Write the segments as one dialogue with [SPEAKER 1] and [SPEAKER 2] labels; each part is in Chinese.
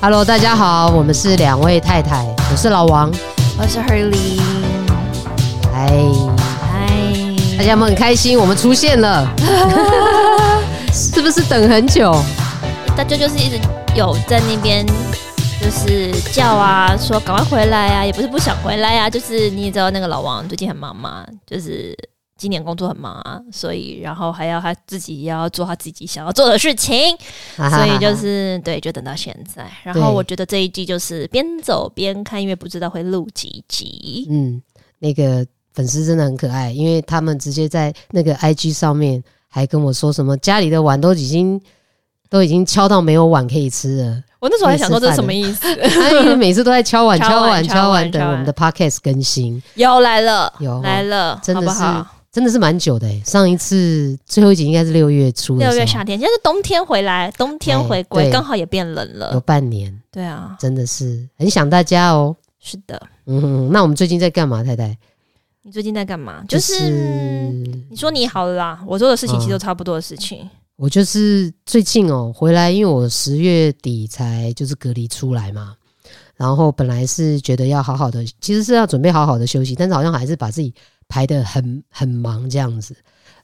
[SPEAKER 1] Hello，大家好，我们是两位太太，我是老王。
[SPEAKER 2] 我是 Hurley，
[SPEAKER 1] 哎，
[SPEAKER 2] 嗨，
[SPEAKER 1] 大家有没有很开心？我们出现了， 是不是等很久？
[SPEAKER 2] 大家就是一直有在那边就是叫啊，说赶快回来啊，也不是不想回来啊，就是你也知道那个老王最近很忙嘛，就是今年工作很忙啊，所以然后还要他自己也要做他自己想要做的事情，所以就是对，就等到现在。然后
[SPEAKER 1] 对
[SPEAKER 2] 我觉得这一季就是边走边看，因为不知道会录几集。
[SPEAKER 1] 嗯，那个粉丝真的很可爱，因为他们直接在那个 IG 上面还跟我说什么家里的碗都已经都已经敲到没有碗可以吃了，
[SPEAKER 2] 我那时候还想说这是
[SPEAKER 1] 吃饭了
[SPEAKER 2] 什么意思，
[SPEAKER 1] 他因为每次都在敲碗
[SPEAKER 2] 敲
[SPEAKER 1] 敲
[SPEAKER 2] 碗
[SPEAKER 1] 碗
[SPEAKER 2] 敲
[SPEAKER 1] 敲
[SPEAKER 2] 碗
[SPEAKER 1] 碗，等
[SPEAKER 2] 敲
[SPEAKER 1] 我
[SPEAKER 2] 碗
[SPEAKER 1] 们的 Podcast 更新，
[SPEAKER 2] 又来了，
[SPEAKER 1] 有
[SPEAKER 2] 来了，
[SPEAKER 1] 真的
[SPEAKER 2] 好不
[SPEAKER 1] 是
[SPEAKER 2] 好？
[SPEAKER 1] 真的是蛮久的欸。上一次最后一集应该是六月初的时
[SPEAKER 2] 六
[SPEAKER 1] 候，
[SPEAKER 2] 月夏天，现在是冬天回来，冬天回
[SPEAKER 1] 哎
[SPEAKER 2] 归，
[SPEAKER 1] 对
[SPEAKER 2] 刚好也变冷
[SPEAKER 1] 有
[SPEAKER 2] 了。
[SPEAKER 1] 半年，
[SPEAKER 2] 对啊，
[SPEAKER 1] 真的是很想大家哦。
[SPEAKER 2] 是的。
[SPEAKER 1] 嗯哼，那我们最近在干嘛，太太？
[SPEAKER 2] 你最近在干嘛？就是你说你好了啦，我做的
[SPEAKER 1] 嗯
[SPEAKER 2] 事情其实都差不多的事情。
[SPEAKER 1] 我就是最近哦回来，因为我十月底才就是隔离出来嘛，然后本来是觉得要好好的，其实是要准备好好的休息，但是好像还是把自己排得很很忙这样子。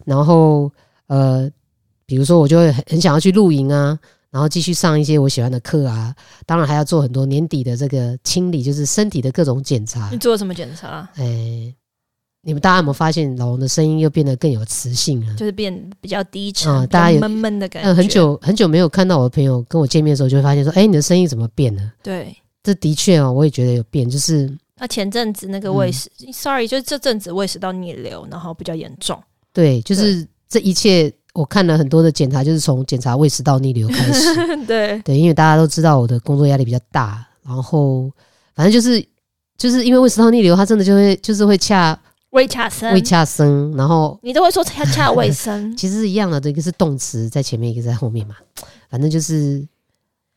[SPEAKER 1] 然后呃，比如说我就会很很想要去露营啊，然后继续上一些我喜欢的课啊，当然还要做很多年底的这个清理，就是身体的各种检查
[SPEAKER 2] 你。做了什么检查？
[SPEAKER 1] 哎、你们大家有没有发现老王的声音又变得更有磁性了？
[SPEAKER 2] 就是变比较低沉，
[SPEAKER 1] 嗯大家
[SPEAKER 2] 比
[SPEAKER 1] 有
[SPEAKER 2] 较闷闷的感觉。
[SPEAKER 1] 嗯，很久很久没有看到我的朋友跟我见面的时候，就会发现说，哎、你的声音怎么变了？
[SPEAKER 2] 对。
[SPEAKER 1] 这的确哦，我也觉得有变，就是
[SPEAKER 2] 那前阵子那个胃食、s
[SPEAKER 1] 嗯
[SPEAKER 2] o r r y 就是这阵子胃食道逆流，然后比较严重。
[SPEAKER 1] 对，就是这一切，我看了很多的检查，就是从检查胃食道逆流开 始。
[SPEAKER 2] 对，
[SPEAKER 1] 对，因为大家都知道我的工作压力比较大，然后反正就是就是因为胃食道逆流，它真的就会就是会恰
[SPEAKER 2] 胃卡生
[SPEAKER 1] 胃，恰生，然后，
[SPEAKER 2] 你都会说恰恰胃生
[SPEAKER 1] 其实是一样的，一个是动词在前面，一个在后面嘛，反正就是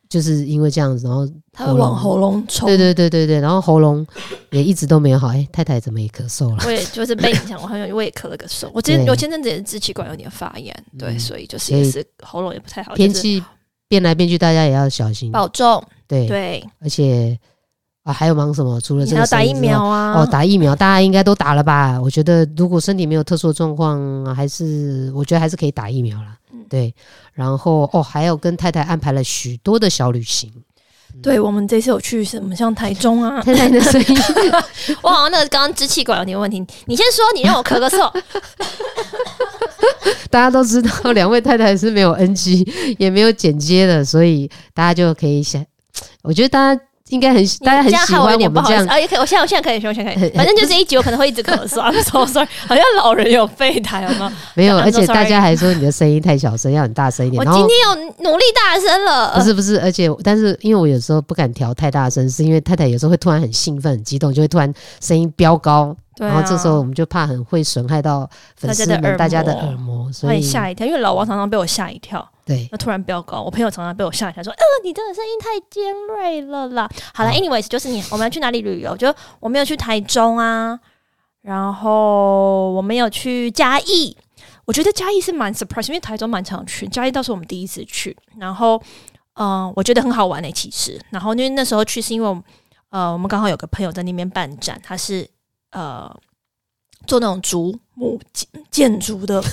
[SPEAKER 1] 就是因为这样子，然后
[SPEAKER 2] 它会往喉咙冲。
[SPEAKER 1] 对对对对对，然后喉咙也一直都没有好。哎、太太怎么也咳嗽了？
[SPEAKER 2] 我也就是被影响，我好像我也咳了个嗽。我之前
[SPEAKER 1] 对
[SPEAKER 2] 我前阵子也是支气管有点发炎，对，
[SPEAKER 1] 嗯
[SPEAKER 2] 所以就是
[SPEAKER 1] 所以
[SPEAKER 2] 也是喉咙也不太好，
[SPEAKER 1] 天
[SPEAKER 2] 就是
[SPEAKER 1] 气变来变去，大家也要小心。
[SPEAKER 2] 保重，
[SPEAKER 1] 对，
[SPEAKER 2] 对，
[SPEAKER 1] 而且啊，还有忙什么？除了
[SPEAKER 2] 你
[SPEAKER 1] 这
[SPEAKER 2] 还
[SPEAKER 1] 个
[SPEAKER 2] 要打
[SPEAKER 1] 生意
[SPEAKER 2] 疫
[SPEAKER 1] 之
[SPEAKER 2] 苗
[SPEAKER 1] 外。
[SPEAKER 2] 啊。
[SPEAKER 1] 哦，打疫苗大家应该都打了吧？我觉得如果身体没有特殊的状况，还是我觉得还是可以打疫苗啦。
[SPEAKER 2] 嗯
[SPEAKER 1] 对，然后哦，还有跟太太安排了许多的小旅行。
[SPEAKER 2] 对我们这次有去什么，像台 中啊，
[SPEAKER 1] 太太的声音
[SPEAKER 2] 我好像那个刚刚支气管有点问题。你先说，你让我咳个嗽，
[SPEAKER 1] 大家都知道，两位太太是没有 NG 也没有剪接的，所以大家就可以想，我觉得大家应该很
[SPEAKER 2] 你
[SPEAKER 1] 大家很
[SPEAKER 2] 这样
[SPEAKER 1] 喜
[SPEAKER 2] 害我
[SPEAKER 1] 欢
[SPEAKER 2] 有
[SPEAKER 1] 我
[SPEAKER 2] 点不
[SPEAKER 1] 们
[SPEAKER 2] 好
[SPEAKER 1] 这
[SPEAKER 2] 意思。
[SPEAKER 1] 样。
[SPEAKER 2] 啊，也可以，我现在我现在可以，我现在 可以，
[SPEAKER 1] 很
[SPEAKER 2] 反正就这一集我可能会一直咳嗽。I'm so sorry，好像老人有肺台，有没有？
[SPEAKER 1] 没有，
[SPEAKER 2] I'm so
[SPEAKER 1] 而且大
[SPEAKER 2] sorry
[SPEAKER 1] 家还说你的声音太小声，要很大声一点。
[SPEAKER 2] 我
[SPEAKER 1] 然
[SPEAKER 2] 今
[SPEAKER 1] 后
[SPEAKER 2] 天呃有努力大声了，
[SPEAKER 1] 不是不是，而且但是因为我有时候不敢调太大声，是因为太太有时候会突然很兴奋、很激动，就会突然声音飙高，
[SPEAKER 2] 对啊
[SPEAKER 1] 然后这时候我们就怕很会损害到粉丝们
[SPEAKER 2] 大
[SPEAKER 1] 大家
[SPEAKER 2] 家的
[SPEAKER 1] 的
[SPEAKER 2] 耳膜
[SPEAKER 1] 耳膜，所
[SPEAKER 2] 我也
[SPEAKER 1] 以
[SPEAKER 2] 吓一跳，因为老王常常被我吓一跳。
[SPEAKER 1] 对
[SPEAKER 2] 那突然飙高，我朋友常常被我吓一跳，说：“呃，你真的声音太尖锐了啦。”好了、
[SPEAKER 1] 啊
[SPEAKER 2] a n y w a y s 就是你，我们要去哪里旅游？就我们有去台中啊，然后我们有去嘉义。我觉得嘉义是蛮 surprise，因为台中蛮常去，嘉义倒是我们第一次去。然后，嗯、我觉得很好玩诶、其实。然后因为那时候去是因为我们，呃，我们刚好有个朋友在那边办展，他是呃做那种竹木建建筑的，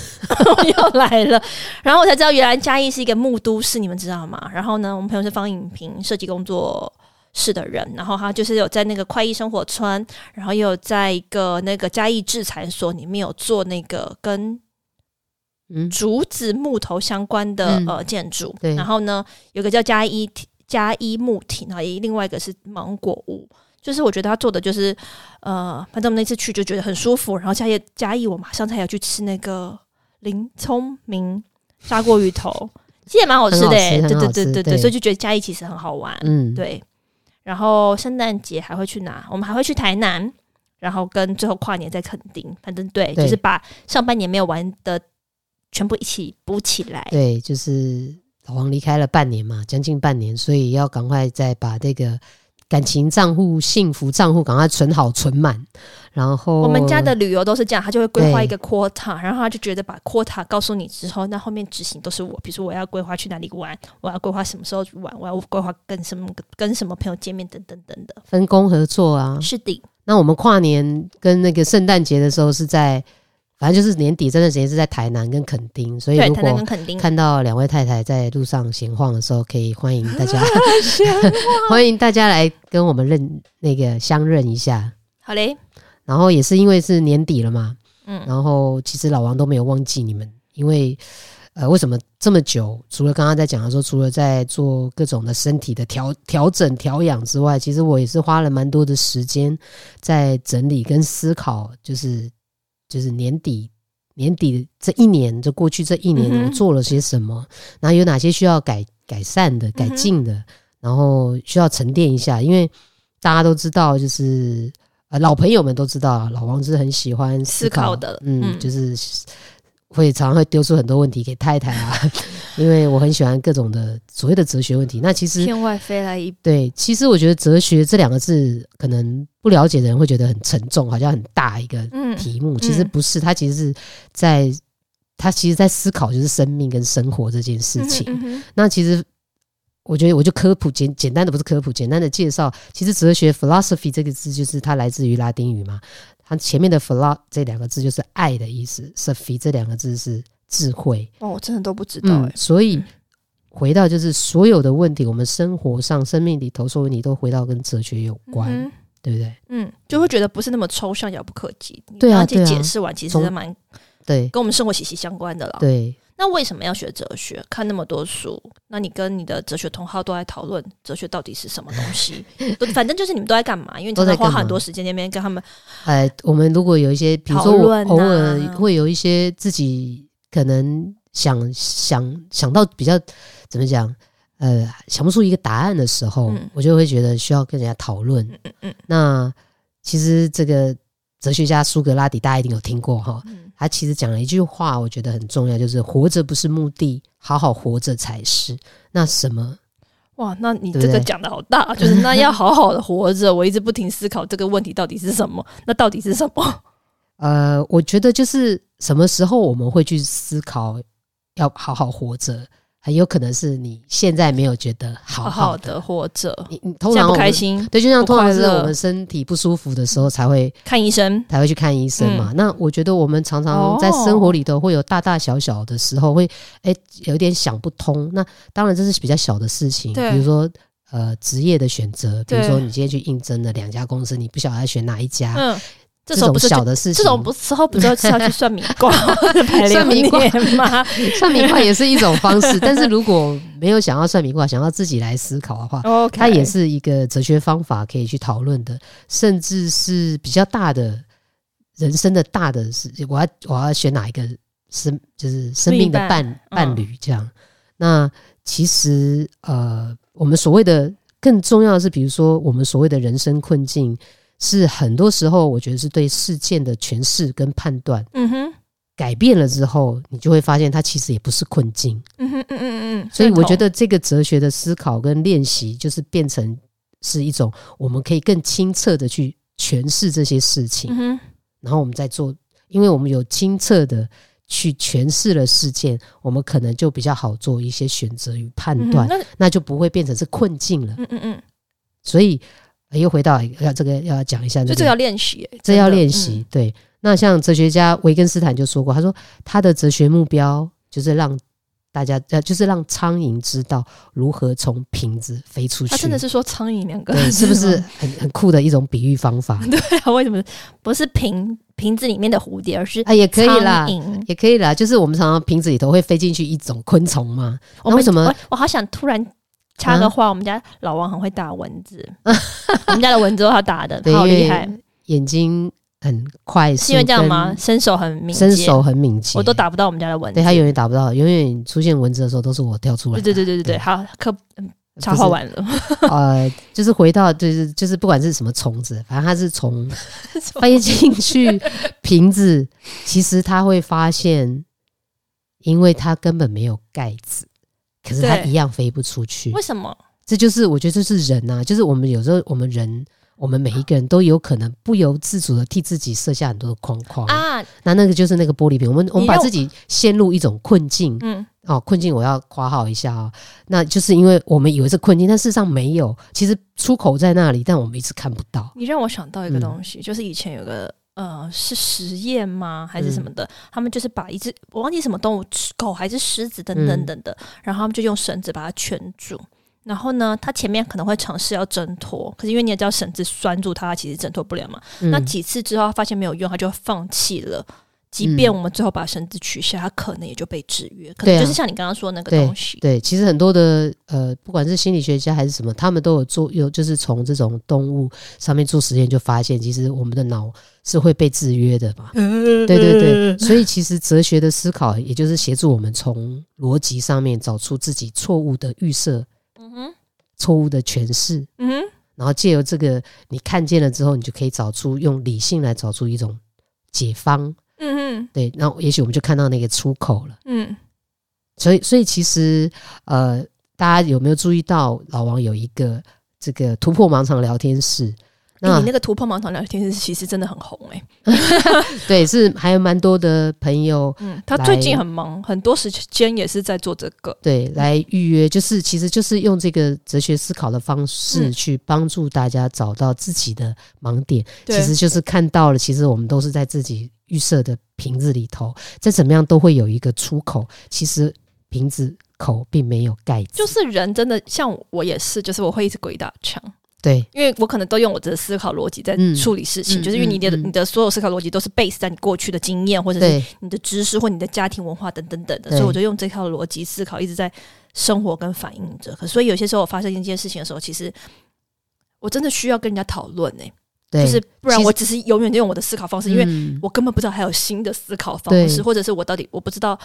[SPEAKER 2] 又来了。然后我才知道，原来嘉义是一个木都市，你们知道吗？然后呢，我们朋友是方影平设计工作室的人，然后他就是有在那个快意生活村，然后也有在一个那个嘉义制裁所里面有做那个跟
[SPEAKER 1] 嗯
[SPEAKER 2] 竹子、木头相关的、
[SPEAKER 1] 嗯
[SPEAKER 2] 呃建筑。
[SPEAKER 1] 对
[SPEAKER 2] 然后呢，有个叫嘉一嘉一木亭，然后也另外一个是芒果屋。就是我觉得他做的就是，呃，反正我们那次去就觉得很舒服。然后嘉义嘉义，我马上才要去吃那个林聪明砂锅鱼头，其实也蛮好吃的、欸，
[SPEAKER 1] 很好吃很
[SPEAKER 2] 对对
[SPEAKER 1] 好吃
[SPEAKER 2] 对对对，
[SPEAKER 1] 对
[SPEAKER 2] 所以就觉得嘉义其实很好玩，
[SPEAKER 1] 嗯
[SPEAKER 2] 对。然后圣诞节还会去哪？我们还会去台南，然后跟最后跨年在垦丁，反正对，
[SPEAKER 1] 对
[SPEAKER 2] 就是把上半年没有玩的全部一起补起来。
[SPEAKER 1] 对，就是老王离开了半年嘛，将近半年，所以要赶快再把这个感情账户、幸福账户赶快存好存满。然后
[SPEAKER 2] 我们家的旅游都是这样，他就会规划
[SPEAKER 1] 对
[SPEAKER 2] 一个 quota，然后他就觉得把 quota 告诉你之后，那后面执行都是我。比如说我要规划去哪里玩，我要规划什么时候玩，我要规划跟什么跟什么朋友见面等等等的。
[SPEAKER 1] 分工合作啊，
[SPEAKER 2] 是的，
[SPEAKER 1] 那我们跨年跟那个圣诞节的时候是在，反正就是年底这段时间是在台南跟垦丁，所以
[SPEAKER 2] 对，
[SPEAKER 1] 如
[SPEAKER 2] 台南
[SPEAKER 1] 果
[SPEAKER 2] 跟垦丁，
[SPEAKER 1] 看到两位太太在路上闲晃的时候，可以欢迎大 家， 欢迎大家来跟我们认那个相认一下。
[SPEAKER 2] 好嘞，
[SPEAKER 1] 然后也是因为是年底了嘛，
[SPEAKER 2] 嗯，
[SPEAKER 1] 然后其实老王都没有忘记你们，因为呃，为什么这么久？除了刚刚在讲的说，除了在做各种的身体的调调整、调养之外，其实我也是花了蛮多的时间在整理跟思考，就是就是年底。年底这一年，就过去这一
[SPEAKER 2] 嗯
[SPEAKER 1] 年，
[SPEAKER 2] 哼
[SPEAKER 1] 我做了些什么？然后有哪些需要改改善的、改进的？然后需要沉淀一下，因为大家都知道，就是呃，老朋友们都知道啊，老王是很喜欢
[SPEAKER 2] 思考的
[SPEAKER 1] 嗯，
[SPEAKER 2] 嗯
[SPEAKER 1] 就是会常常会丢出很多问题给太太啊， 因为我很喜欢各种的所谓的哲学问题。那其实
[SPEAKER 2] 天外飞来一
[SPEAKER 1] 对，其实我觉得哲学这两个字，可能不了解的人会觉得很沉重，好像很大一个
[SPEAKER 2] 嗯
[SPEAKER 1] 题目，其实不是，它其实是在它其实在思考就是生命跟生活这件事情。
[SPEAKER 2] 嗯哼嗯哼
[SPEAKER 1] 那其实我觉得，我就科普简简单的不是科普，简单的介绍，其实哲学 philosophy 这个字就是它来自于拉丁语嘛，它前面的 philo 这两个字就是爱的意思，sophy 这两个字是智慧，
[SPEAKER 2] 哦，我真的都不知道
[SPEAKER 1] 嗯
[SPEAKER 2] 哎，，
[SPEAKER 1] 所以
[SPEAKER 2] 嗯。
[SPEAKER 1] 回到就是所有的问题，我们生活上、生命里头所有问题都回到跟哲学有关，
[SPEAKER 2] 嗯哼
[SPEAKER 1] 对不对？
[SPEAKER 2] 嗯，就会觉得不是那么抽象、遥不可及。你
[SPEAKER 1] 对啊
[SPEAKER 2] 刚刚
[SPEAKER 1] 对啊
[SPEAKER 2] 解释完，其实
[SPEAKER 1] 从
[SPEAKER 2] 还蛮
[SPEAKER 1] 对
[SPEAKER 2] 跟我们生活息息相关的啦。
[SPEAKER 1] 对，
[SPEAKER 2] 那为什么要学哲学？看那么多书，那你跟你的哲学同好都在讨论哲学到底是什么东 西？都反正就是你们都在干嘛？因为你
[SPEAKER 1] 都在
[SPEAKER 2] 常常花
[SPEAKER 1] 干嘛
[SPEAKER 2] 很多时间在那边跟他们
[SPEAKER 1] 呃，我们如果有一些，比如说
[SPEAKER 2] 讨
[SPEAKER 1] 我
[SPEAKER 2] 论啊
[SPEAKER 1] 偶尔会有一些自己可能想想想到比较怎么讲，呃，想不出一个答案的时候，
[SPEAKER 2] 嗯
[SPEAKER 1] 我就会觉得需要跟人家讨论。
[SPEAKER 2] 嗯嗯
[SPEAKER 1] 那其实这个哲学家苏格拉底，大家一定有听过哈，
[SPEAKER 2] 嗯
[SPEAKER 1] 他其实讲了一句话，我觉得很重要，就是活着不是目的，好好活着才是。那什么？
[SPEAKER 2] 哇，那你
[SPEAKER 1] 对
[SPEAKER 2] 这
[SPEAKER 1] 不对
[SPEAKER 2] 个讲的好大，就是那要好好的活着。我一直不停思考这个问题到底是什么，那到底是什么？
[SPEAKER 1] 呃，我觉得就是什么时候我们会去思考要好好活着，很有可能是你现在没有觉得 好
[SPEAKER 2] 好
[SPEAKER 1] 好
[SPEAKER 2] 好
[SPEAKER 1] 的。
[SPEAKER 2] 的活着，
[SPEAKER 1] 你你
[SPEAKER 2] 现
[SPEAKER 1] 通
[SPEAKER 2] 在
[SPEAKER 1] 常
[SPEAKER 2] 不
[SPEAKER 1] 我
[SPEAKER 2] 开
[SPEAKER 1] 们
[SPEAKER 2] 心，
[SPEAKER 1] 对，就像
[SPEAKER 2] 不
[SPEAKER 1] 通常
[SPEAKER 2] 快
[SPEAKER 1] 是
[SPEAKER 2] 乐
[SPEAKER 1] 我们身体不舒服的时候才会
[SPEAKER 2] 看医生。
[SPEAKER 1] 才会去看医生
[SPEAKER 2] 嗯
[SPEAKER 1] 嘛。那我觉得我们常常在生活里头会有大大小小的时候会，哎、有点想不通。那当然这是比较小的事情，
[SPEAKER 2] 对
[SPEAKER 1] 比如说呃职业的选择，比如
[SPEAKER 2] 对
[SPEAKER 1] 说你今天去应征了两家公司，你不晓得要选哪一家，
[SPEAKER 2] 嗯，这时候
[SPEAKER 1] 啊种
[SPEAKER 2] 不是
[SPEAKER 1] 小
[SPEAKER 2] 就
[SPEAKER 1] 的事
[SPEAKER 2] 这
[SPEAKER 1] 情，
[SPEAKER 2] 种不时候不是要是要去算命 卦、排
[SPEAKER 1] 算
[SPEAKER 2] 流
[SPEAKER 1] 命卦
[SPEAKER 2] 年吗？
[SPEAKER 1] 算命卦也是一种方 式，但是如果没有想要算命卦，想要自己来思考的话，
[SPEAKER 2] 哦 OK，
[SPEAKER 1] 它也是一个哲学方法可以去讨论的，甚至是比较大的人生的大的是，我要我要选哪一个生就是生命的
[SPEAKER 2] 另一半嗯
[SPEAKER 1] 伴伴侣这样。那其实呃，我们所谓的更重要的是，比如说我们所谓的人生困境，是很多时候我觉得是对事件的诠释跟判断。
[SPEAKER 2] 嗯哼，
[SPEAKER 1] 改变了之后，你就会发现它其实也不是困境。
[SPEAKER 2] 嗯哼，嗯嗯嗯嗯，
[SPEAKER 1] 所以我觉
[SPEAKER 2] 得
[SPEAKER 1] 得这个哲学的思考跟练习，就是变成是一种我们可以更清澈的去诠释这些事情，
[SPEAKER 2] 嗯哼。
[SPEAKER 1] 然后我们再做，因为我们有清澈的去诠释了事件，我们可能就比较好做一些选择与判断，
[SPEAKER 2] 嗯哼
[SPEAKER 1] 那就不会变成是困境了。
[SPEAKER 2] 那嗯嗯嗯，
[SPEAKER 1] 所以呃又回到一个要这个要讲一下、那
[SPEAKER 2] 所
[SPEAKER 1] 个
[SPEAKER 2] 以这个要练习欸，
[SPEAKER 1] 这
[SPEAKER 2] 真
[SPEAKER 1] 要
[SPEAKER 2] 的
[SPEAKER 1] 练习。，对，那像哲学家维根斯坦就说过，他说他的哲学目标就是让大家，呃，就是让苍蝇知道如何从瓶子飞出
[SPEAKER 2] 嗯
[SPEAKER 1] 去。
[SPEAKER 2] 他真的是说苍蝇两个
[SPEAKER 1] 对，
[SPEAKER 2] 字
[SPEAKER 1] 是不是
[SPEAKER 2] 吗？
[SPEAKER 1] 很很酷的一种比喻方法？
[SPEAKER 2] 对啊，为什么不是瓶瓶子里面的蝴蝶，而是
[SPEAKER 1] 啊，也可以啦
[SPEAKER 2] 苍，蝇
[SPEAKER 1] 也可以啦。就是我们常常瓶子里头会飞进去一种昆虫嘛。
[SPEAKER 2] 我
[SPEAKER 1] 那
[SPEAKER 2] 们
[SPEAKER 1] 为什么啊
[SPEAKER 2] 我我好想突然插个话，我们家老王很会打蚊 子，我们家的蚊子都他打的，
[SPEAKER 1] 对，
[SPEAKER 2] 好
[SPEAKER 1] 因
[SPEAKER 2] 厉
[SPEAKER 1] 为
[SPEAKER 2] 害，
[SPEAKER 1] 眼睛很快速，
[SPEAKER 2] 是因为这样吗？？身手很敏捷，
[SPEAKER 1] 身手很敏捷，
[SPEAKER 2] 我都打不到我们家的蚊子
[SPEAKER 1] 对，他永远打不到，永远出现蚊子的时候都是我跳出来
[SPEAKER 2] 对
[SPEAKER 1] 的。
[SPEAKER 2] 对对对对对，好，可插话 完了，
[SPEAKER 1] 呃，就是回到就是就是不管是什么虫子，反正它是从飞进去瓶子，其实它会发现，因为它根本没有盖子，可是它
[SPEAKER 2] 对
[SPEAKER 1] 一样飞不出去
[SPEAKER 2] 为。什么？
[SPEAKER 1] 这就是我觉得这是人呐、就是我们有时候我们人，我们每一个人都有可能不由自主的替自己设下很多的框框。
[SPEAKER 2] 啊，
[SPEAKER 1] 那那个就是那个玻璃瓶，我们我们把
[SPEAKER 2] 让
[SPEAKER 1] 自己陷入一种困境
[SPEAKER 2] 嗯，
[SPEAKER 1] 哦，困境我要括号一下哦，那就是因为我们以为是困境，但事实上没有，其实出口在那里，但我们一直看不到。
[SPEAKER 2] 你让我想到一个
[SPEAKER 1] 嗯
[SPEAKER 2] 东西，就是以前有个呃，是实验吗？还
[SPEAKER 1] 嗯
[SPEAKER 2] 是什么的？他们就是把一只我忘记什么动物，狗还是狮子等等
[SPEAKER 1] 嗯
[SPEAKER 2] 等的，然后他们就用绳子把它圈住。然后呢，它前面可能会尝试要挣脱，可是因为你也知道绳子拴住它，它其实挣脱不了嘛。那
[SPEAKER 1] 嗯
[SPEAKER 2] 几次之后，他发现没有用，他就放弃了。即便我们最后把绳子取下，他可能也就被制约，可
[SPEAKER 1] 对
[SPEAKER 2] 能
[SPEAKER 1] 啊
[SPEAKER 2] 就是像你刚刚说那个
[SPEAKER 1] 对
[SPEAKER 2] 东西。
[SPEAKER 1] 对，其实很多的呃，不管是心理学家还是什么，他们都有做，有就是从这种动物上面做实验，就发现其实我们的脑是会被制约的嘛。
[SPEAKER 2] 对
[SPEAKER 1] 对对对，所以其实哲学的思考，也就是协助我们从逻辑上面找出自己错误的预设、
[SPEAKER 2] 嗯哼，
[SPEAKER 1] 错误的诠释，
[SPEAKER 2] 嗯哼，
[SPEAKER 1] 然后借由这个你看见了之后，你就可以找出用理性来找出一种解方。
[SPEAKER 2] 嗯哼，
[SPEAKER 1] 对，那也许我们就看到那个出口了。
[SPEAKER 2] 嗯，
[SPEAKER 1] 所以，所以其实呃，大家有没有注意到老王有一个这个突破盲肠聊天室？
[SPEAKER 2] 欸
[SPEAKER 1] 那、
[SPEAKER 2] 你那个突破盲肠聊天室其实真的很红哎、
[SPEAKER 1] 对，是还有蛮多的朋友
[SPEAKER 2] 嗯，他最近
[SPEAKER 1] 来
[SPEAKER 2] 很忙，很多时间也是在做这个。
[SPEAKER 1] 对来预约，就是其实就是用这个哲学思考的方式
[SPEAKER 2] 嗯
[SPEAKER 1] 去帮助大家找到自己的盲点，
[SPEAKER 2] 对
[SPEAKER 1] 其实就是看到了，其实我们都是在自己预设的瓶子里头，再怎么样都会有一个出口，其实瓶子口并没有盖子，
[SPEAKER 2] 就是人真的像我也是，就是我会一直鬼打墙，
[SPEAKER 1] 对。
[SPEAKER 2] 因为我可能都用我的思考逻辑在
[SPEAKER 1] 嗯
[SPEAKER 2] 处理事情，
[SPEAKER 1] 嗯
[SPEAKER 2] 就是因为你的、
[SPEAKER 1] 嗯嗯
[SPEAKER 2] 你的所有思考逻辑都是 base 在你过去的经验或者是
[SPEAKER 1] 对，
[SPEAKER 2] 你的知识或你的家庭文化等等等的，
[SPEAKER 1] 对
[SPEAKER 2] 所以我就用这套逻辑思考，一直在生活跟反映着。可所以有些时候我发生一件事情的时候，其实我真的需要跟人家讨论欸呢，
[SPEAKER 1] 对，
[SPEAKER 2] 就是不然
[SPEAKER 1] 其实
[SPEAKER 2] 我只是永远就用我的思考方式，因为
[SPEAKER 1] 嗯
[SPEAKER 2] 我根本不知道还有新的思考方式，
[SPEAKER 1] 对
[SPEAKER 2] 或者是我到底我不知道。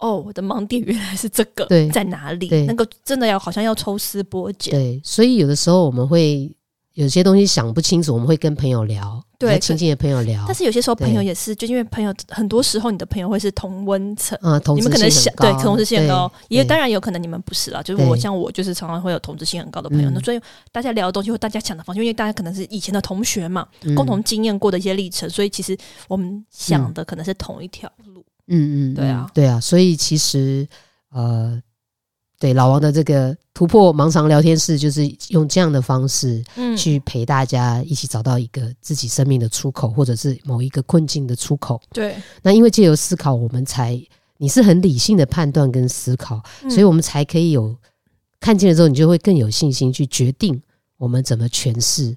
[SPEAKER 2] 哦，我的盲点原来是这个
[SPEAKER 1] 对
[SPEAKER 2] 在哪里
[SPEAKER 1] 对？
[SPEAKER 2] 那个真的要好像要抽丝剥茧，
[SPEAKER 1] 对，所以有的时候我们会有些东西想不清楚，我们会跟朋友聊，
[SPEAKER 2] 对
[SPEAKER 1] 和
[SPEAKER 2] 可
[SPEAKER 1] 亲近的朋友聊
[SPEAKER 2] 但，是有些时候朋友
[SPEAKER 1] 对
[SPEAKER 2] 也是，就因为朋友很多时候你的朋友会是同温层，
[SPEAKER 1] 啊，同
[SPEAKER 2] 你
[SPEAKER 1] 质
[SPEAKER 2] 们可能
[SPEAKER 1] 性
[SPEAKER 2] 想
[SPEAKER 1] 很
[SPEAKER 2] 对
[SPEAKER 1] 高，
[SPEAKER 2] 同质性很高，也
[SPEAKER 1] 对
[SPEAKER 2] 当然有可能你们不是啦。就是我
[SPEAKER 1] 对
[SPEAKER 2] 像我就是常常会有同质性很高的朋友，那
[SPEAKER 1] 嗯
[SPEAKER 2] 所以大家聊的东西或大家想的方向，因为大家可能是以前的同学嘛，
[SPEAKER 1] 嗯
[SPEAKER 2] 共同经验过的一些历程，所以其实我们想的可能是同一条路。
[SPEAKER 1] 嗯嗯，
[SPEAKER 2] 对啊
[SPEAKER 1] 嗯对啊，所以其实呃，对老王的这个突破盲肠聊天室，就是用这样的方式
[SPEAKER 2] 嗯
[SPEAKER 1] 去陪大家一起找到一个自己生命的出口，或者是某一个困境的出口。
[SPEAKER 2] 对，
[SPEAKER 1] 那因为借由思考，我们才你是很理性的判断跟思考，
[SPEAKER 2] 嗯
[SPEAKER 1] 所以我们才可以有看见了之后，你就会更有信心去决定我们怎么诠释，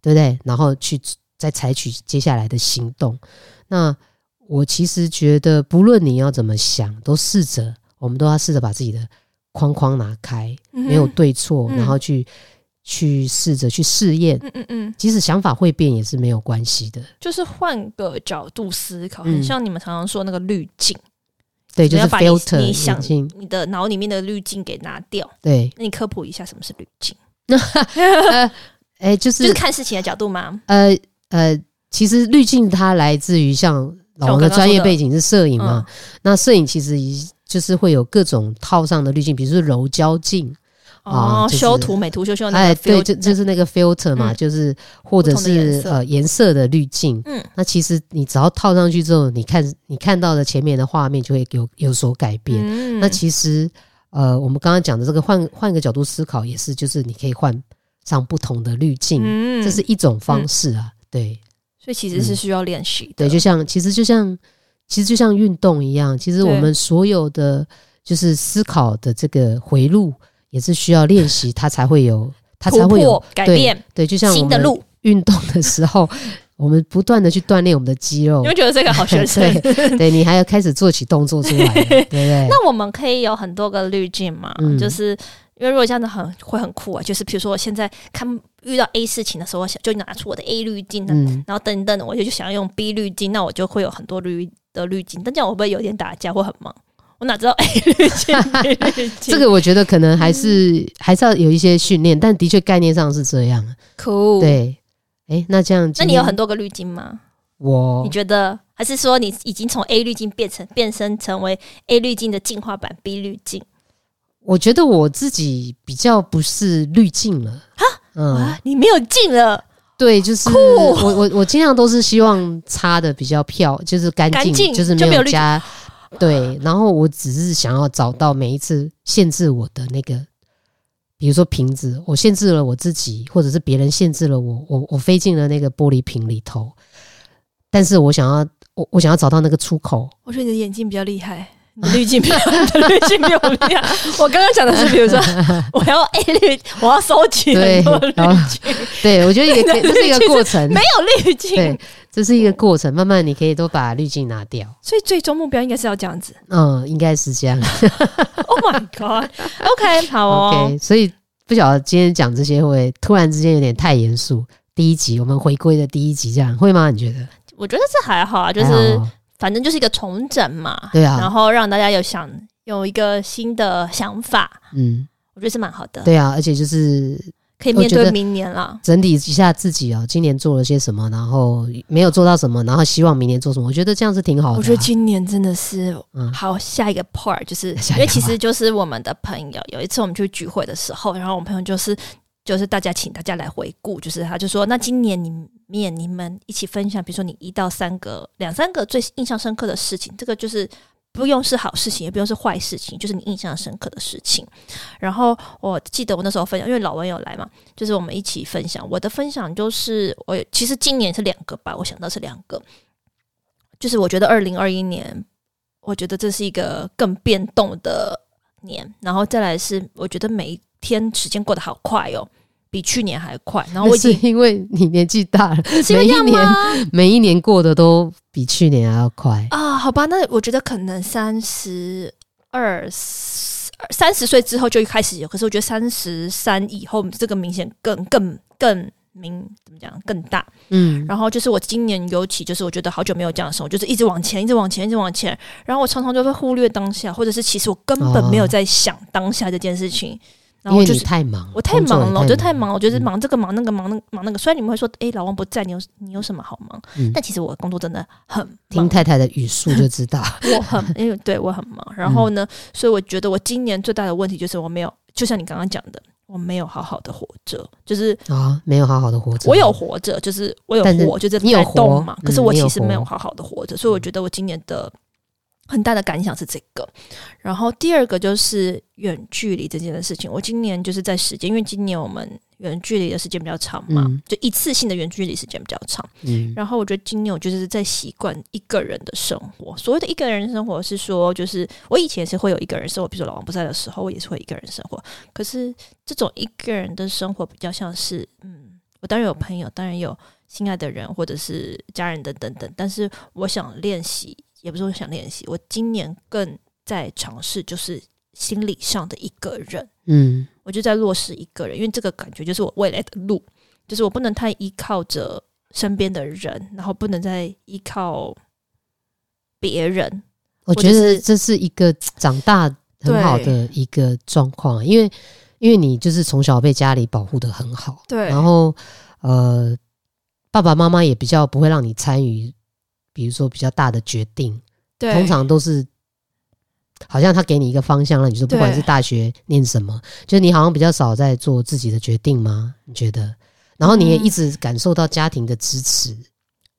[SPEAKER 1] 对不对？然后去再采取接下来的行动。那我其实觉得，不论你要怎么想，都试着，我们都要试着把自己的框框拿开，没有对错，
[SPEAKER 2] 嗯
[SPEAKER 1] 然后去去试着去试验。
[SPEAKER 2] 嗯哼，嗯嗯嗯，
[SPEAKER 1] 即使想法会变，也是没有关系的。
[SPEAKER 2] 就是换个角度思考，
[SPEAKER 1] 嗯
[SPEAKER 2] 很像你们常常说那个滤镜，
[SPEAKER 1] 对，就
[SPEAKER 2] 你
[SPEAKER 1] 是
[SPEAKER 2] 要把你
[SPEAKER 1] filter
[SPEAKER 2] 你想
[SPEAKER 1] 眼睛
[SPEAKER 2] 你的脑里面的滤镜给拿掉。
[SPEAKER 1] 对，
[SPEAKER 2] 那你科普一下什么是滤镜，
[SPEAKER 1] 哎、就
[SPEAKER 2] 就是
[SPEAKER 1] 是
[SPEAKER 2] 看事情的角度嘛。
[SPEAKER 1] 呃呃，其实滤镜它来自于像老王的专业背景是摄影嘛，
[SPEAKER 2] 嗯
[SPEAKER 1] 那摄影其实一就是会有各种套上的滤镜，比如说柔焦镜，啊
[SPEAKER 2] 哦，
[SPEAKER 1] 就是
[SPEAKER 2] 修图美图秀秀那
[SPEAKER 1] 哎，
[SPEAKER 2] 个 feel，
[SPEAKER 1] 对，就就是那个 filter 嘛，
[SPEAKER 2] 嗯
[SPEAKER 1] 就是或者
[SPEAKER 2] 不同的颜
[SPEAKER 1] 是
[SPEAKER 2] 色
[SPEAKER 1] 呃颜色的滤镜。
[SPEAKER 2] 嗯
[SPEAKER 1] 那其实你只要套上去之后，你看你看到的前面的画面就会有有所改变。
[SPEAKER 2] 嗯
[SPEAKER 1] 那其实呃，我们刚刚讲的这个换换个角度思考也是，就是你可以换上不同的滤镜，
[SPEAKER 2] 嗯
[SPEAKER 1] 这是一种方式啊，对。
[SPEAKER 2] 所以其实是需要练习的。
[SPEAKER 1] 对，就像其实就像其实就像运动一样，其实
[SPEAKER 2] 对
[SPEAKER 1] 我们所有的就是思考的这个回路也是需要练习，它才会有它才会
[SPEAKER 2] 突破
[SPEAKER 1] 有、
[SPEAKER 2] 改
[SPEAKER 1] 对
[SPEAKER 2] 变
[SPEAKER 1] 对，就像我
[SPEAKER 2] 新的
[SPEAKER 1] 们
[SPEAKER 2] 路。
[SPEAKER 1] 运动的时候，我们不断的去锻炼我们的肌肉
[SPEAKER 2] 你，会觉得这个好学生？
[SPEAKER 1] 对，对你还要开始做起动作 出来了，对不对？
[SPEAKER 2] 那我们可以有很多个滤镜嘛，
[SPEAKER 1] 嗯
[SPEAKER 2] 就是因为如果这样子很会很酷啊，就是比如说我现在看遇到 A 事情的时候，我想就拿出我的 A 滤镜，啊
[SPEAKER 1] 嗯，
[SPEAKER 2] 然后等等，我就就想要用 B 滤镜，那我就会有很多滤的滤镜，但这样我会不会有点打架或很忙？我哪知道 A 滤镜 B 滤 镜？
[SPEAKER 1] 这个我觉得可能还是、
[SPEAKER 2] 嗯
[SPEAKER 1] 还是要有一些训练，但的确概念上是这样。啊
[SPEAKER 2] 酷。
[SPEAKER 1] 对，哎，那这样，
[SPEAKER 2] 哦那你有很多个滤镜吗？
[SPEAKER 1] 我
[SPEAKER 2] 你觉得还是说你已经从 A 滤镜变成变身成为 A 滤镜的进化版 B 滤镜？
[SPEAKER 1] 我觉得我自己比较不是滤镜了嗯，
[SPEAKER 2] 啊，你没有进了，
[SPEAKER 1] 对，就是
[SPEAKER 2] 酷
[SPEAKER 1] 我我我尽量都是希望擦的比较漂，就是干
[SPEAKER 2] 干净
[SPEAKER 1] 净，就是
[SPEAKER 2] 就
[SPEAKER 1] 没
[SPEAKER 2] 没有
[SPEAKER 1] 有
[SPEAKER 2] 滤
[SPEAKER 1] 加。对，然后我只是想要找到每一次限制我的那个，比如说瓶子，我限制了我自己，或者是别人限制了我，我我飞进了那个玻璃瓶里头，但是我想要我我想要找到那个出口，
[SPEAKER 2] 我觉得你的眼睛比较厉害，你的滤镜比较， 你的滤镜比我厉害。我刚刚讲的是，比 如说，我要 A 滤，我要收集很多
[SPEAKER 1] 对
[SPEAKER 2] 滤
[SPEAKER 1] 然后
[SPEAKER 2] 镜，
[SPEAKER 1] 对我觉得也 可以，
[SPEAKER 2] 那
[SPEAKER 1] 这是一
[SPEAKER 2] 其
[SPEAKER 1] 个
[SPEAKER 2] 实
[SPEAKER 1] 过程，
[SPEAKER 2] 没有滤镜
[SPEAKER 1] 对，，这是一个过程，慢慢你可以都把滤镜拿掉，
[SPEAKER 2] 所以最终目标应该是要这样子。
[SPEAKER 1] 嗯，应该是这样。
[SPEAKER 2] Oh my god！OK，、好哦
[SPEAKER 1] OK，所以不晓得今天讲这些会不会突然之间有点太严肃。第一集我们回归的第一集这样会吗？你觉得？
[SPEAKER 2] 我觉得这还好啊，就
[SPEAKER 1] 还
[SPEAKER 2] 是
[SPEAKER 1] 好哦
[SPEAKER 2] 反正就是一个重整嘛，
[SPEAKER 1] 对啊
[SPEAKER 2] 然后让大家有想有一个新的想法，
[SPEAKER 1] 嗯，
[SPEAKER 2] 我觉得是蛮好的，
[SPEAKER 1] 对啊，而且就是
[SPEAKER 2] 可以
[SPEAKER 1] 我
[SPEAKER 2] 面
[SPEAKER 1] 觉
[SPEAKER 2] 对
[SPEAKER 1] 得
[SPEAKER 2] 明年啦。
[SPEAKER 1] 整理一下自己哦，今年做了些什么，然后没有做到什么，然后希望明年做什么。我觉得这样是挺好的啊、
[SPEAKER 2] 我觉得今年真的是
[SPEAKER 1] 嗯
[SPEAKER 2] 好，下一个 part 就是
[SPEAKER 1] 下一个
[SPEAKER 2] 因为其实就是我们的朋友，有一次我们去聚会的时候，然后我朋友就是就是大家请大家来回顾，就是他就说，那今年里面你们一起分享，比如说你一到三个、两三个最印象深刻的事情，这个就是。不用是好事情，也不用是坏事情，就是你印象深刻的事情。然后我记得我那时候分享，因为老文有来嘛，就是我们一起分享。我的分享就是我其实今年是两个吧，我想到是两个，就是我觉得二零二一年我觉得这是一个更变动的年，然后再来是我觉得每一天时间过得好快哦，比去年还快。然啊后我
[SPEAKER 1] 那
[SPEAKER 2] 已
[SPEAKER 1] 是
[SPEAKER 2] 经
[SPEAKER 1] 因为你年纪大了，
[SPEAKER 2] 是因为这样吗？
[SPEAKER 1] 每一年过得都比去年还要快。
[SPEAKER 2] 啊，好吧，那我觉得可能三十二、三十岁之后就开始有，可是我觉得三十三以后这个明显更更更明怎么讲更大。
[SPEAKER 1] 嗯，
[SPEAKER 2] 然后就是我今年尤其就是我觉得好久没有这样的生活，就是一直往前，一直往前，一直往前。然后我常常就会忽略当下，或者是其实我根本没有在想当下这件事情。然
[SPEAKER 1] 哦因
[SPEAKER 2] 后
[SPEAKER 1] 为
[SPEAKER 2] 就
[SPEAKER 1] 你
[SPEAKER 2] 是
[SPEAKER 1] 太忙，
[SPEAKER 2] 我太忙了，
[SPEAKER 1] 工
[SPEAKER 2] 我觉
[SPEAKER 1] 作也
[SPEAKER 2] 得太忙了，我觉得
[SPEAKER 1] 嗯
[SPEAKER 2] 忙这个忙那个忙那忙那个。虽然你们会说，诶，老王不在，你有你有什么好忙？
[SPEAKER 1] 嗯
[SPEAKER 2] 但其实我的工作真的很
[SPEAKER 1] 听，
[SPEAKER 2] 忙
[SPEAKER 1] 太太的语速就知道。
[SPEAKER 2] 我很因为对我很忙。然
[SPEAKER 1] 嗯
[SPEAKER 2] 后呢，所以我觉得我今年最大的问题就是我没有，就像你刚刚讲的，我没有好好的活着，就是
[SPEAKER 1] 啊，没有好好的活着。
[SPEAKER 2] 我有活着，就是我有
[SPEAKER 1] 但是
[SPEAKER 2] 活，就是
[SPEAKER 1] 你有
[SPEAKER 2] 在动
[SPEAKER 1] 活
[SPEAKER 2] 嘛。
[SPEAKER 1] 嗯
[SPEAKER 2] 可是我
[SPEAKER 1] 你
[SPEAKER 2] 其
[SPEAKER 1] 有
[SPEAKER 2] 实没有
[SPEAKER 1] 活嗯
[SPEAKER 2] 好好的活着，所以我觉得我今年的很大的感想是这个。然后第二个就是远距离这件事情，我今年就是在时间，因为今年我们远距离的时间比较长嘛，
[SPEAKER 1] 嗯
[SPEAKER 2] 就一次性的远距离时间比较长。
[SPEAKER 1] 嗯，
[SPEAKER 2] 然后我觉得今年我就是在习惯一个人的生活。所谓的一个人生活是说，就是我以前是会有一个人生活，比如说老王不在的时候，我也是会一个人生活。可是这种一个人的生活比较像是，嗯，我当然有朋友，当然有心爱的人或者是家人等等等，但是我想练习，也不是我想练习，我今年更在尝试就是心理上的一个人。
[SPEAKER 1] 嗯
[SPEAKER 2] 我就在落实一个人，因为这个感觉就是我未来的路，就是我不能太依靠着身边的人，然后不能再依靠别人。
[SPEAKER 1] 我
[SPEAKER 2] 或
[SPEAKER 1] 觉
[SPEAKER 2] 者
[SPEAKER 1] 得
[SPEAKER 2] 是
[SPEAKER 1] 这是一个长大很好的一个状况，因为因为你就是从小被家里保护的很好，
[SPEAKER 2] 对
[SPEAKER 1] 然后呃，爸爸妈妈也比较不会让你参与，比如说比较大的决定，
[SPEAKER 2] 对
[SPEAKER 1] 通常都是。好像他给你一个方向，让你说不管
[SPEAKER 2] 对
[SPEAKER 1] 是大学念什么，就是你好像比较少在做自己的决定吗？你觉得？然后你也
[SPEAKER 2] 嗯
[SPEAKER 1] 一直感受到家庭的支持，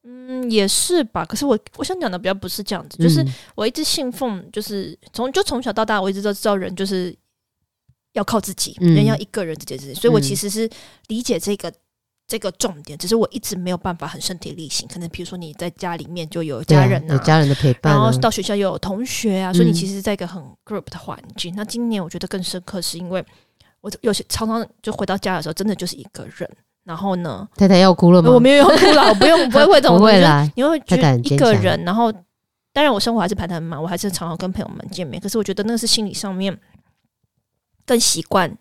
[SPEAKER 2] 嗯也是吧。可是我我想讲的比较不是这样子，就是
[SPEAKER 1] 嗯
[SPEAKER 2] 我一直信奉，就是从就从小到大，我一直都知道人就是要靠自己，
[SPEAKER 1] 嗯
[SPEAKER 2] 人要一个人这件事情，所以我
[SPEAKER 1] 嗯
[SPEAKER 2] 其实是理解这个。这个重点，只是我一直没有办法很身体力行。可能比如说你在家里面就有
[SPEAKER 1] 对啊
[SPEAKER 2] 家人
[SPEAKER 1] 有
[SPEAKER 2] 啊，
[SPEAKER 1] 家人的陪伴、
[SPEAKER 2] 然
[SPEAKER 1] 啊，
[SPEAKER 2] 后到学校又有同学啊，所以你
[SPEAKER 1] 嗯
[SPEAKER 2] 其实在一个很 group 的环境。那今年我觉得更深刻，是因为我有些常常就回到家的时候，真的就是一个人。然后呢，呃
[SPEAKER 1] 太太要哭了吗？
[SPEAKER 2] 我没有哭 了，我不用，我不会会这种
[SPEAKER 1] 不
[SPEAKER 2] 东
[SPEAKER 1] 会
[SPEAKER 2] 西。
[SPEAKER 1] 啦，
[SPEAKER 2] 你会觉
[SPEAKER 1] 太太
[SPEAKER 2] 得
[SPEAKER 1] 很
[SPEAKER 2] 一
[SPEAKER 1] 坚
[SPEAKER 2] 个
[SPEAKER 1] 强
[SPEAKER 2] 人，然后当然我生活还是排得很满，我还是常常跟朋友们见面。可是我觉得那个是心理上面更习惯，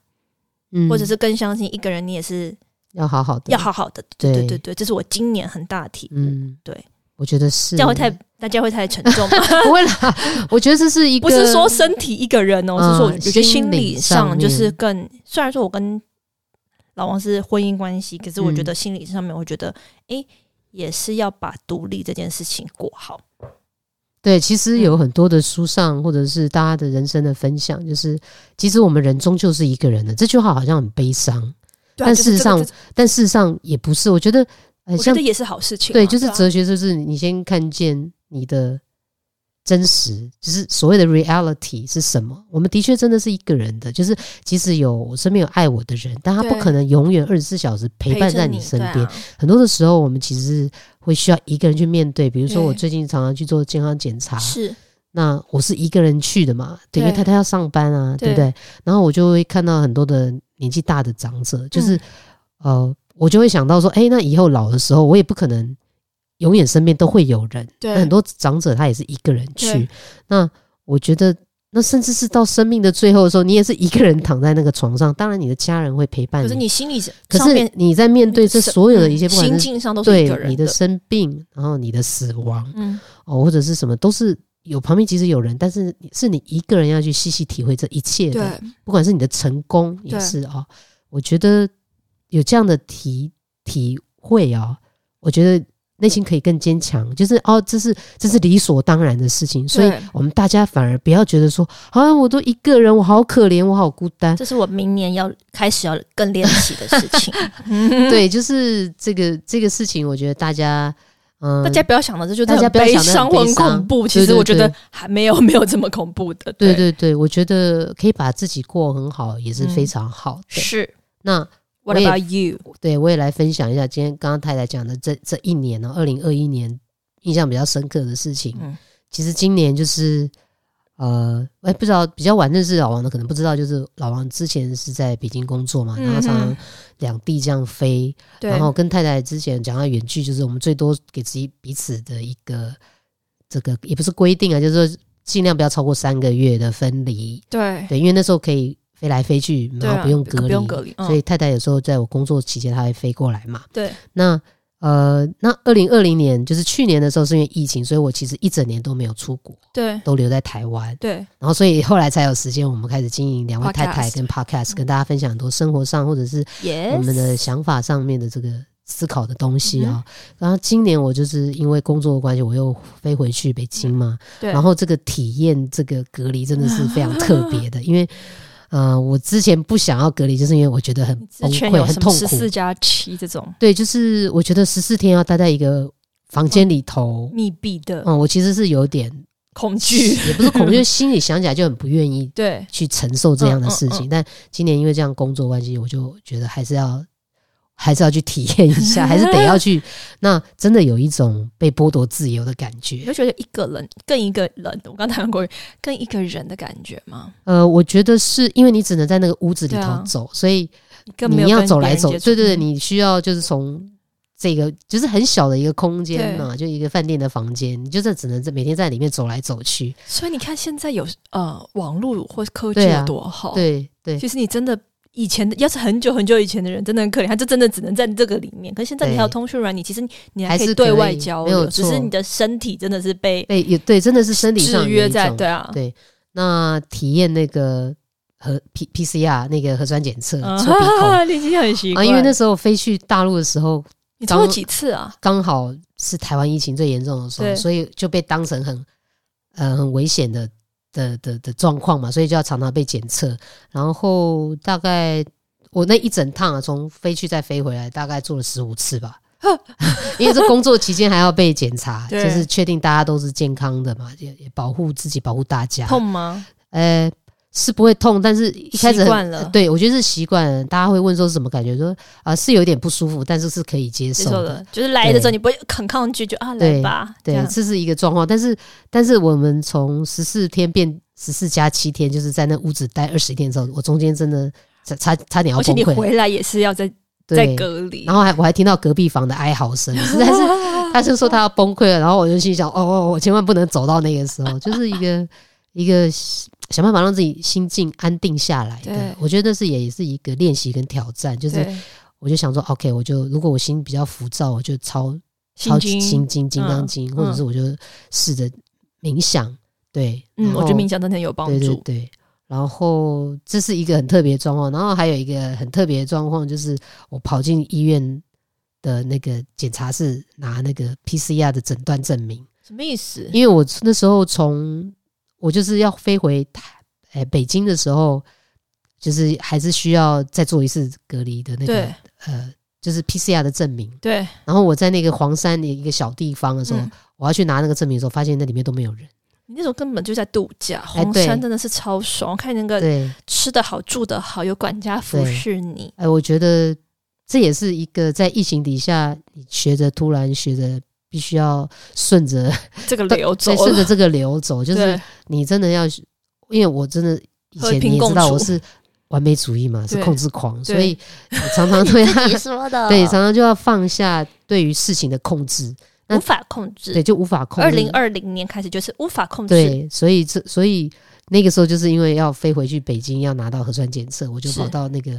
[SPEAKER 1] 嗯
[SPEAKER 2] 或者是更相信一个人，你也是
[SPEAKER 1] 要好好的，
[SPEAKER 2] 要好好的。
[SPEAKER 1] 对
[SPEAKER 2] 对对对，这是我今年很大的体悟。
[SPEAKER 1] 嗯，
[SPEAKER 2] 对，
[SPEAKER 1] 我觉得是
[SPEAKER 2] 这样 会太大家会太沉重吗？
[SPEAKER 1] 不会啦， 我觉得这是一个
[SPEAKER 2] 不是说身体一个人哦，
[SPEAKER 1] 嗯
[SPEAKER 2] 是说我觉得心理上
[SPEAKER 1] 心理上
[SPEAKER 2] 就是更，虽然说我跟老王是婚姻关系，可是我
[SPEAKER 1] 嗯
[SPEAKER 2] 觉得心理上面，我觉得诶也是要把独立这件事情过好。
[SPEAKER 1] 对，其实
[SPEAKER 2] 嗯
[SPEAKER 1] 有很多的书上或者是大家的人生的分享，就是其实我们人终究是一个人的。这句话好像很悲伤，
[SPEAKER 2] 对啊
[SPEAKER 1] 但
[SPEAKER 2] 就是
[SPEAKER 1] 事实
[SPEAKER 2] 这个
[SPEAKER 1] 上但事实上也不是。我觉得，呃，
[SPEAKER 2] 我觉
[SPEAKER 1] 像
[SPEAKER 2] 得也是好事情啊、
[SPEAKER 1] 对，就是
[SPEAKER 2] 啊
[SPEAKER 1] 哲学，就是你先看见你的真实，就是所谓的 reality 是什么。我们的确真的是一个人的，就是即使有我身边有爱我的人，但他不
[SPEAKER 2] 对
[SPEAKER 1] 可能永远二十四小时陪伴
[SPEAKER 2] 着
[SPEAKER 1] 在
[SPEAKER 2] 你
[SPEAKER 1] 身
[SPEAKER 2] 对啊
[SPEAKER 1] 边。很多的时候，我们其实会需要一个人去面对。比如说，我
[SPEAKER 2] 对
[SPEAKER 1] 最近常常去做健康检查，
[SPEAKER 2] 是
[SPEAKER 1] 那我是一个人去的嘛，对，因为
[SPEAKER 2] 对
[SPEAKER 1] 太太要上班啊，对不
[SPEAKER 2] 对
[SPEAKER 1] 对？然后我就会看到很多的年纪大的长
[SPEAKER 2] 嗯
[SPEAKER 1] 者，就是、呃，我就会想到说，哎、那以后老的时候，我也不可能永远身边都会有人。
[SPEAKER 2] 对
[SPEAKER 1] 那很多长者他也是一个人去
[SPEAKER 2] 对，
[SPEAKER 1] 那我觉得。那甚至是到生命的最后的时候，你也是一个人躺在那个床上，当然你的家人会陪伴
[SPEAKER 2] 可
[SPEAKER 1] 你。
[SPEAKER 2] 是你心里是
[SPEAKER 1] 可
[SPEAKER 2] 上面
[SPEAKER 1] 是你在面对这
[SPEAKER 2] 是
[SPEAKER 1] 所有的一些，
[SPEAKER 2] 嗯
[SPEAKER 1] 不管
[SPEAKER 2] 心
[SPEAKER 1] 是
[SPEAKER 2] 境上都是一个
[SPEAKER 1] 对
[SPEAKER 2] 人
[SPEAKER 1] 你的生病，然后你的死亡，
[SPEAKER 2] 嗯，
[SPEAKER 1] 哦，或者是什么，都是有旁边即使有人，但是是你一个人要去细细体会这一切
[SPEAKER 2] 对
[SPEAKER 1] 的，不管是你的成功也
[SPEAKER 2] 对
[SPEAKER 1] 是啊、哦。我觉得有这样的体体会啊、我觉得内心可以更坚强，就是哦，这是这是理所当然的事情，所以
[SPEAKER 2] 对
[SPEAKER 1] 我们大家反而不要觉得说啊，我都一个人，我好可怜，我好孤单。
[SPEAKER 2] 这是我明年要开始要更练习的事情。 嗯
[SPEAKER 1] 对，就是这个这个事情，我觉得大家嗯，
[SPEAKER 2] 大家不要想到这就是
[SPEAKER 1] 大家
[SPEAKER 2] 很
[SPEAKER 1] 不要想得很
[SPEAKER 2] 伤或
[SPEAKER 1] 悲
[SPEAKER 2] 很
[SPEAKER 1] 伤
[SPEAKER 2] 恐怖，
[SPEAKER 1] 对
[SPEAKER 2] 其实
[SPEAKER 1] 对
[SPEAKER 2] 我觉
[SPEAKER 1] 对
[SPEAKER 2] 得还没有没有这么恐怖的。
[SPEAKER 1] 对对对，我觉得可以把自己过很好也是非常好的。
[SPEAKER 2] 嗯是。
[SPEAKER 1] 那
[SPEAKER 2] What
[SPEAKER 1] 我也
[SPEAKER 2] about you？
[SPEAKER 1] 对我也来分享一下，今天刚刚太太讲的这这一年哦呢，二零二一年印象比较深刻的事情。
[SPEAKER 2] 嗯
[SPEAKER 1] 其实今年就是呃，哎，不知道比较晚认识老王的可能不知道，就是老王之前是在北京工作嘛，然后常
[SPEAKER 2] 嗯
[SPEAKER 1] 常
[SPEAKER 2] 哼
[SPEAKER 1] 两地这样飞，
[SPEAKER 2] 对，
[SPEAKER 1] 然后跟太太之前讲到远距，就是我们最多给自己彼此的一个这个也不是规定啊，就是说尽量不要超过三个月的分离。
[SPEAKER 2] 对
[SPEAKER 1] 对，因为那时候可以飞来飞去，
[SPEAKER 2] 对
[SPEAKER 1] 然
[SPEAKER 2] 啊，
[SPEAKER 1] 后不用隔离，
[SPEAKER 2] 不用隔离，嗯
[SPEAKER 1] 所以太太有时候在我工作期间，她会飞过来嘛。
[SPEAKER 2] 对
[SPEAKER 1] 那呃，那二零二零年就是去年的时候，是因为疫情，所以我其实一整年都没有出国，
[SPEAKER 2] 对
[SPEAKER 1] 都留在台湾。
[SPEAKER 2] 对
[SPEAKER 1] 然后，所以后来才有时间，我们开始经营两位太太
[SPEAKER 2] Podcast 嗯
[SPEAKER 1] 跟 podcast，跟大家分享很多生活上或者是我们的
[SPEAKER 2] ，Yes，
[SPEAKER 1] 想法上面的这个思考的东西
[SPEAKER 2] 嗯
[SPEAKER 1] 啊、然后今年我就是因为工作的关系，我又飞回去北京嘛。
[SPEAKER 2] 对
[SPEAKER 1] 然后这个体验，这个隔离真的是非常特别的，因为呃，我之前不想要隔离，就是因为我觉得很
[SPEAKER 2] 之
[SPEAKER 1] 崩
[SPEAKER 2] 前
[SPEAKER 1] 溃、
[SPEAKER 2] 有
[SPEAKER 1] 很
[SPEAKER 2] 什么
[SPEAKER 1] 痛
[SPEAKER 2] 十
[SPEAKER 1] 苦
[SPEAKER 2] 四。加七这种
[SPEAKER 1] 对，就是我觉得十四天要待在一个房间里头，
[SPEAKER 2] 密闭的
[SPEAKER 1] 嗯，我其实是有 点
[SPEAKER 2] 恐惧，
[SPEAKER 1] 也不是恐惧，就是心里想起来就很不愿意
[SPEAKER 2] 对
[SPEAKER 1] 去承受这样的事情。
[SPEAKER 2] 嗯
[SPEAKER 1] 但今年因为这样工作关系，我就觉得还是要 还是要去体验一下，还是得要去。那真的有一种被剥夺自由的感
[SPEAKER 2] 你
[SPEAKER 1] 觉。
[SPEAKER 2] 就觉得一个人跟一个人，我刚才讲过，跟一个人的感觉吗？
[SPEAKER 1] 呃，我觉得是因为你只能在那个屋子里
[SPEAKER 2] 对
[SPEAKER 1] 头
[SPEAKER 2] 啊
[SPEAKER 1] 走，所以
[SPEAKER 2] 你更没有
[SPEAKER 1] 你要
[SPEAKER 2] 跟
[SPEAKER 1] 走
[SPEAKER 2] 别
[SPEAKER 1] 来
[SPEAKER 2] 人
[SPEAKER 1] 走，对
[SPEAKER 2] 接触
[SPEAKER 1] 对对，
[SPEAKER 2] 嗯
[SPEAKER 1] 你需要就是从。这个就是很小的一个空间嘛，就一个饭店的房间，你就这只能在每天在里面走来走去。
[SPEAKER 2] 所以你看现在有呃网络或科技
[SPEAKER 1] 对啊
[SPEAKER 2] 有多好，
[SPEAKER 1] 对对
[SPEAKER 2] 其实你真的以前的，要是很久很久以前的人，真的很可怜，他就真的只能在这个里面。可是现在
[SPEAKER 1] 对
[SPEAKER 2] 你还有通讯软体，其实你你
[SPEAKER 1] 还
[SPEAKER 2] 可以
[SPEAKER 1] 是
[SPEAKER 2] 对
[SPEAKER 1] 可以
[SPEAKER 2] 外交
[SPEAKER 1] 没
[SPEAKER 2] 流，
[SPEAKER 1] 有
[SPEAKER 2] 只
[SPEAKER 1] 错
[SPEAKER 2] 是你的身体真的是被
[SPEAKER 1] 对，也对，真的是身体上
[SPEAKER 2] 制
[SPEAKER 1] 有
[SPEAKER 2] 约
[SPEAKER 1] 一
[SPEAKER 2] 在，
[SPEAKER 1] 种
[SPEAKER 2] 对啊，
[SPEAKER 1] 对那体验那个核 P P C R 那个核酸检测
[SPEAKER 2] 嗯
[SPEAKER 1] 搓鼻孔
[SPEAKER 2] 哈，你已经很习
[SPEAKER 1] 啊，
[SPEAKER 2] 惯。
[SPEAKER 1] 因为那时候飞去大陆的时候，
[SPEAKER 2] 你抽了
[SPEAKER 1] 刚
[SPEAKER 2] 几次啊？
[SPEAKER 1] 刚好是台湾疫情最严重的时候，
[SPEAKER 2] 对
[SPEAKER 1] 所以就被当成很呃很危险的的的的状况嘛，所以就要常常被检测。然后大概我那一整趟啊，从飞去再飞回来，大概做了十五次 吧。因为这工作期间还要被检查，就
[SPEAKER 2] 对
[SPEAKER 1] 是确定大家都是健康的嘛，也也保护自己，保护大家。
[SPEAKER 2] 痛吗？
[SPEAKER 1] 呃，是不会痛，但是一开始
[SPEAKER 2] 习
[SPEAKER 1] 很
[SPEAKER 2] 惯了
[SPEAKER 1] 呃对我觉得是习惯了，大家会问说是什么感觉，说啊、是有点不舒服，但是是可以接
[SPEAKER 2] 接
[SPEAKER 1] 受
[SPEAKER 2] 受
[SPEAKER 1] 的。
[SPEAKER 2] 了，就是来的时候
[SPEAKER 1] 对
[SPEAKER 2] 你不会很抗拒，就啊
[SPEAKER 1] 对
[SPEAKER 2] 来吧，这
[SPEAKER 1] 对
[SPEAKER 2] 样，
[SPEAKER 1] 这是一个状况，但是但是我们从十四天变十四加七天，就是在那屋子待二十天的时候，我中间真的差差差点要
[SPEAKER 2] 而且
[SPEAKER 1] 崩
[SPEAKER 2] 你
[SPEAKER 1] 溃，
[SPEAKER 2] 回来也是要在在
[SPEAKER 1] 对，
[SPEAKER 2] 隔离，
[SPEAKER 1] 然后还我还听到隔壁房的哀嚎声，实 在是他就说他要崩溃了，然后我就心想，哦哦，我千万不能走到那个时候，就是一个一个想办法让自己心境安定下来的
[SPEAKER 2] 对。
[SPEAKER 1] 我觉得是也也是一个练习跟挑战，就是
[SPEAKER 2] 对
[SPEAKER 1] 我就想说，OK，我就如果我心比较浮躁，我就抄抄
[SPEAKER 2] 心经，
[SPEAKER 1] 心经、金刚
[SPEAKER 2] 嗯
[SPEAKER 1] 经，或者是我就试着冥想，对，
[SPEAKER 2] 嗯，
[SPEAKER 1] 然
[SPEAKER 2] 我觉
[SPEAKER 1] 后
[SPEAKER 2] 得冥想真的很有帮
[SPEAKER 1] 对对
[SPEAKER 2] 助，
[SPEAKER 1] 对，然后这是一个很特别的状况，然后还有一个很特别的状况就是我跑进医院的那个检查室拿那个 PCR 的诊断证明，
[SPEAKER 2] 什么意思？
[SPEAKER 1] 因为我那时候从我就是要飞回台，哎、北京的时候，就是还是需要再做一次隔离的那个
[SPEAKER 2] 对
[SPEAKER 1] 呃，就是 PCR 的证明。
[SPEAKER 2] 对，
[SPEAKER 1] 然后我在那个黄山的一个小地方的时候，
[SPEAKER 2] 嗯
[SPEAKER 1] 我要去拿那个证明的时候，发现那里面都没有人。
[SPEAKER 2] 你那时候根本就在度假，
[SPEAKER 1] 哎
[SPEAKER 2] 红
[SPEAKER 1] 对
[SPEAKER 2] 山真的是超爽，我看那个
[SPEAKER 1] 对，
[SPEAKER 2] 吃的好，住的好，有管家服
[SPEAKER 1] 对
[SPEAKER 2] 侍你。
[SPEAKER 1] 哎、我觉得这也是一个在疫情底下，你学着突然学着必须要顺 着
[SPEAKER 2] 这个流走
[SPEAKER 1] 对，顺着这个流 走，就是
[SPEAKER 2] 对
[SPEAKER 1] 你真的要，因为我真的以
[SPEAKER 2] 和
[SPEAKER 1] 前
[SPEAKER 2] 平
[SPEAKER 1] 你也知道
[SPEAKER 2] 共
[SPEAKER 1] 我
[SPEAKER 2] 处
[SPEAKER 1] 是完美主义嘛，是
[SPEAKER 2] 对
[SPEAKER 1] 控制狂，
[SPEAKER 2] 对
[SPEAKER 1] 所以我常常 对他，
[SPEAKER 2] 说的
[SPEAKER 1] 对常常就要放下对于事情的控制，那
[SPEAKER 2] 无法控制
[SPEAKER 1] 对，。就无法控制。
[SPEAKER 2] 二零二零年开始就是无法控制，
[SPEAKER 1] 对，所以这所以那个时候就是因为要飞回去北京要拿到核酸检测，我就是跑到那个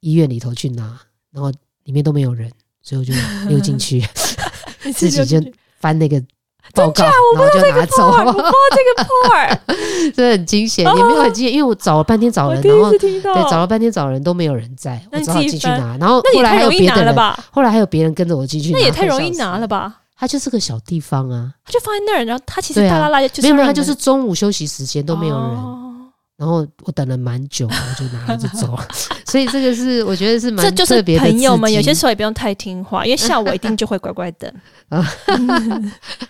[SPEAKER 1] 医院里头去拿，然后里面都没有人，所以我就溜进 去
[SPEAKER 2] 你
[SPEAKER 1] 自己就
[SPEAKER 2] 真
[SPEAKER 1] 翻那个报告，然后就拿走，
[SPEAKER 2] part，我不知道 这个 part，
[SPEAKER 1] 这很惊险，也没有很惊险，因为我找了半天找
[SPEAKER 2] 我
[SPEAKER 1] 人，
[SPEAKER 2] 第
[SPEAKER 1] 然
[SPEAKER 2] 一
[SPEAKER 1] 后
[SPEAKER 2] 次听到。
[SPEAKER 1] 对找了半天找人都没有人在，我
[SPEAKER 2] 那你
[SPEAKER 1] 只好
[SPEAKER 2] 自己
[SPEAKER 1] 进去
[SPEAKER 2] 翻
[SPEAKER 1] 拿，然后
[SPEAKER 2] 那
[SPEAKER 1] 后
[SPEAKER 2] 也
[SPEAKER 1] 来还
[SPEAKER 2] 太
[SPEAKER 1] 有
[SPEAKER 2] 容易
[SPEAKER 1] 别
[SPEAKER 2] 拿
[SPEAKER 1] 的
[SPEAKER 2] 了
[SPEAKER 1] 人，
[SPEAKER 2] 吧？
[SPEAKER 1] 后来还有别人跟着我进去拿，
[SPEAKER 2] 那也太容易
[SPEAKER 1] 快笑死
[SPEAKER 2] 拿了，吧？
[SPEAKER 1] 它就是个小地方啊，
[SPEAKER 2] 他就放在那儿，然后他其实
[SPEAKER 1] 对啊
[SPEAKER 2] 大拉拉就是
[SPEAKER 1] 没有没有，它
[SPEAKER 2] 让你
[SPEAKER 1] 就是
[SPEAKER 2] 们
[SPEAKER 1] 中午休息时间都没有人。
[SPEAKER 2] 哦
[SPEAKER 1] 然后我等了蛮久，啊我就拿了就走 了。所以这个是我觉得是蛮
[SPEAKER 2] 这就是
[SPEAKER 1] 特别的
[SPEAKER 2] 朋友们，
[SPEAKER 1] 刺
[SPEAKER 2] 有
[SPEAKER 1] 激
[SPEAKER 2] 些时候也不用太听话，因为下午一定就会乖乖 的
[SPEAKER 1] 啊。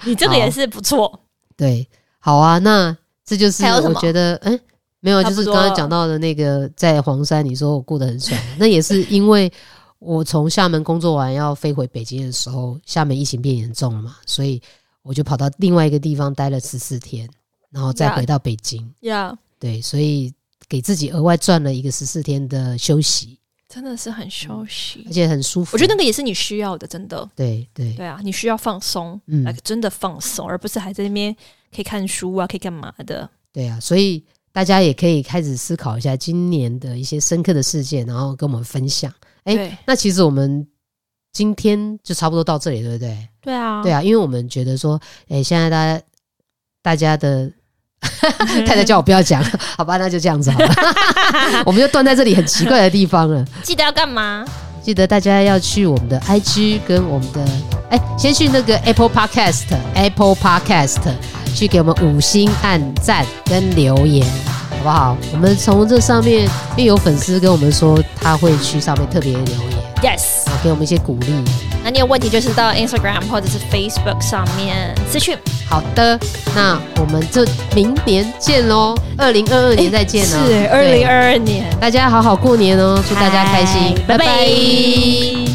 [SPEAKER 2] 你这个也是不错，
[SPEAKER 1] 对，好啊，那这就是
[SPEAKER 2] 还有什么
[SPEAKER 1] 我觉得哎。没有，
[SPEAKER 2] 差
[SPEAKER 1] 就
[SPEAKER 2] 不
[SPEAKER 1] 是
[SPEAKER 2] 多
[SPEAKER 1] 刚刚讲到的那个，在黄山，你说我过得很爽，那也是因为我从厦门工作完要飞回北京的时候，厦门疫情变严重了嘛，所以我就跑到另外一个地方待了十四天，然后再
[SPEAKER 2] Yeah
[SPEAKER 1] 回到北京。
[SPEAKER 2] 呀，
[SPEAKER 1] 对，所以给自己额外赚了一个十四天的休息，
[SPEAKER 2] 真的是很休息
[SPEAKER 1] 而。且很舒服。
[SPEAKER 2] 我觉得那个也是你需要的，真的。
[SPEAKER 1] 对对
[SPEAKER 2] 对啊，你需要放松，
[SPEAKER 1] 嗯
[SPEAKER 2] 来真的放松，而不是还在那边可以看书啊，可以干嘛的。
[SPEAKER 1] 对啊，所以大家也可以开始思考一下今年的一些深刻的事件，然后跟我们分享。哎
[SPEAKER 2] 对
[SPEAKER 1] 那其实我们今天就差不多到这里，对不对？
[SPEAKER 2] 对啊，
[SPEAKER 1] 对啊，因为我们觉得说，哎，现在大家大家的 太太叫我不要讲，好吧，那就这样子好了， 我们就断在这里很奇怪的地方了。
[SPEAKER 2] 记得要干嘛？
[SPEAKER 1] 记得大家要去我们的 IG 跟我们的哎，先去那个 Apple Podcast Apple Podcast 去给我们五星按赞跟留言，好不好？我们从这上面，因为有粉丝跟我们说他会去上面特别留言，
[SPEAKER 2] Yes，
[SPEAKER 1] 啊，给我们一些鼓励。
[SPEAKER 2] 那你有问题就是到 Instagram 或者是 Facebook 上面私讯。
[SPEAKER 1] 好的，那我们就明年见喽，二零二二年哎再见喽、
[SPEAKER 2] 哎是
[SPEAKER 1] 对
[SPEAKER 2] 二零，二二年，
[SPEAKER 1] 大家好好过年哦，祝大家开心，
[SPEAKER 2] 嗨
[SPEAKER 1] 拜
[SPEAKER 2] 拜
[SPEAKER 1] 拜
[SPEAKER 2] 拜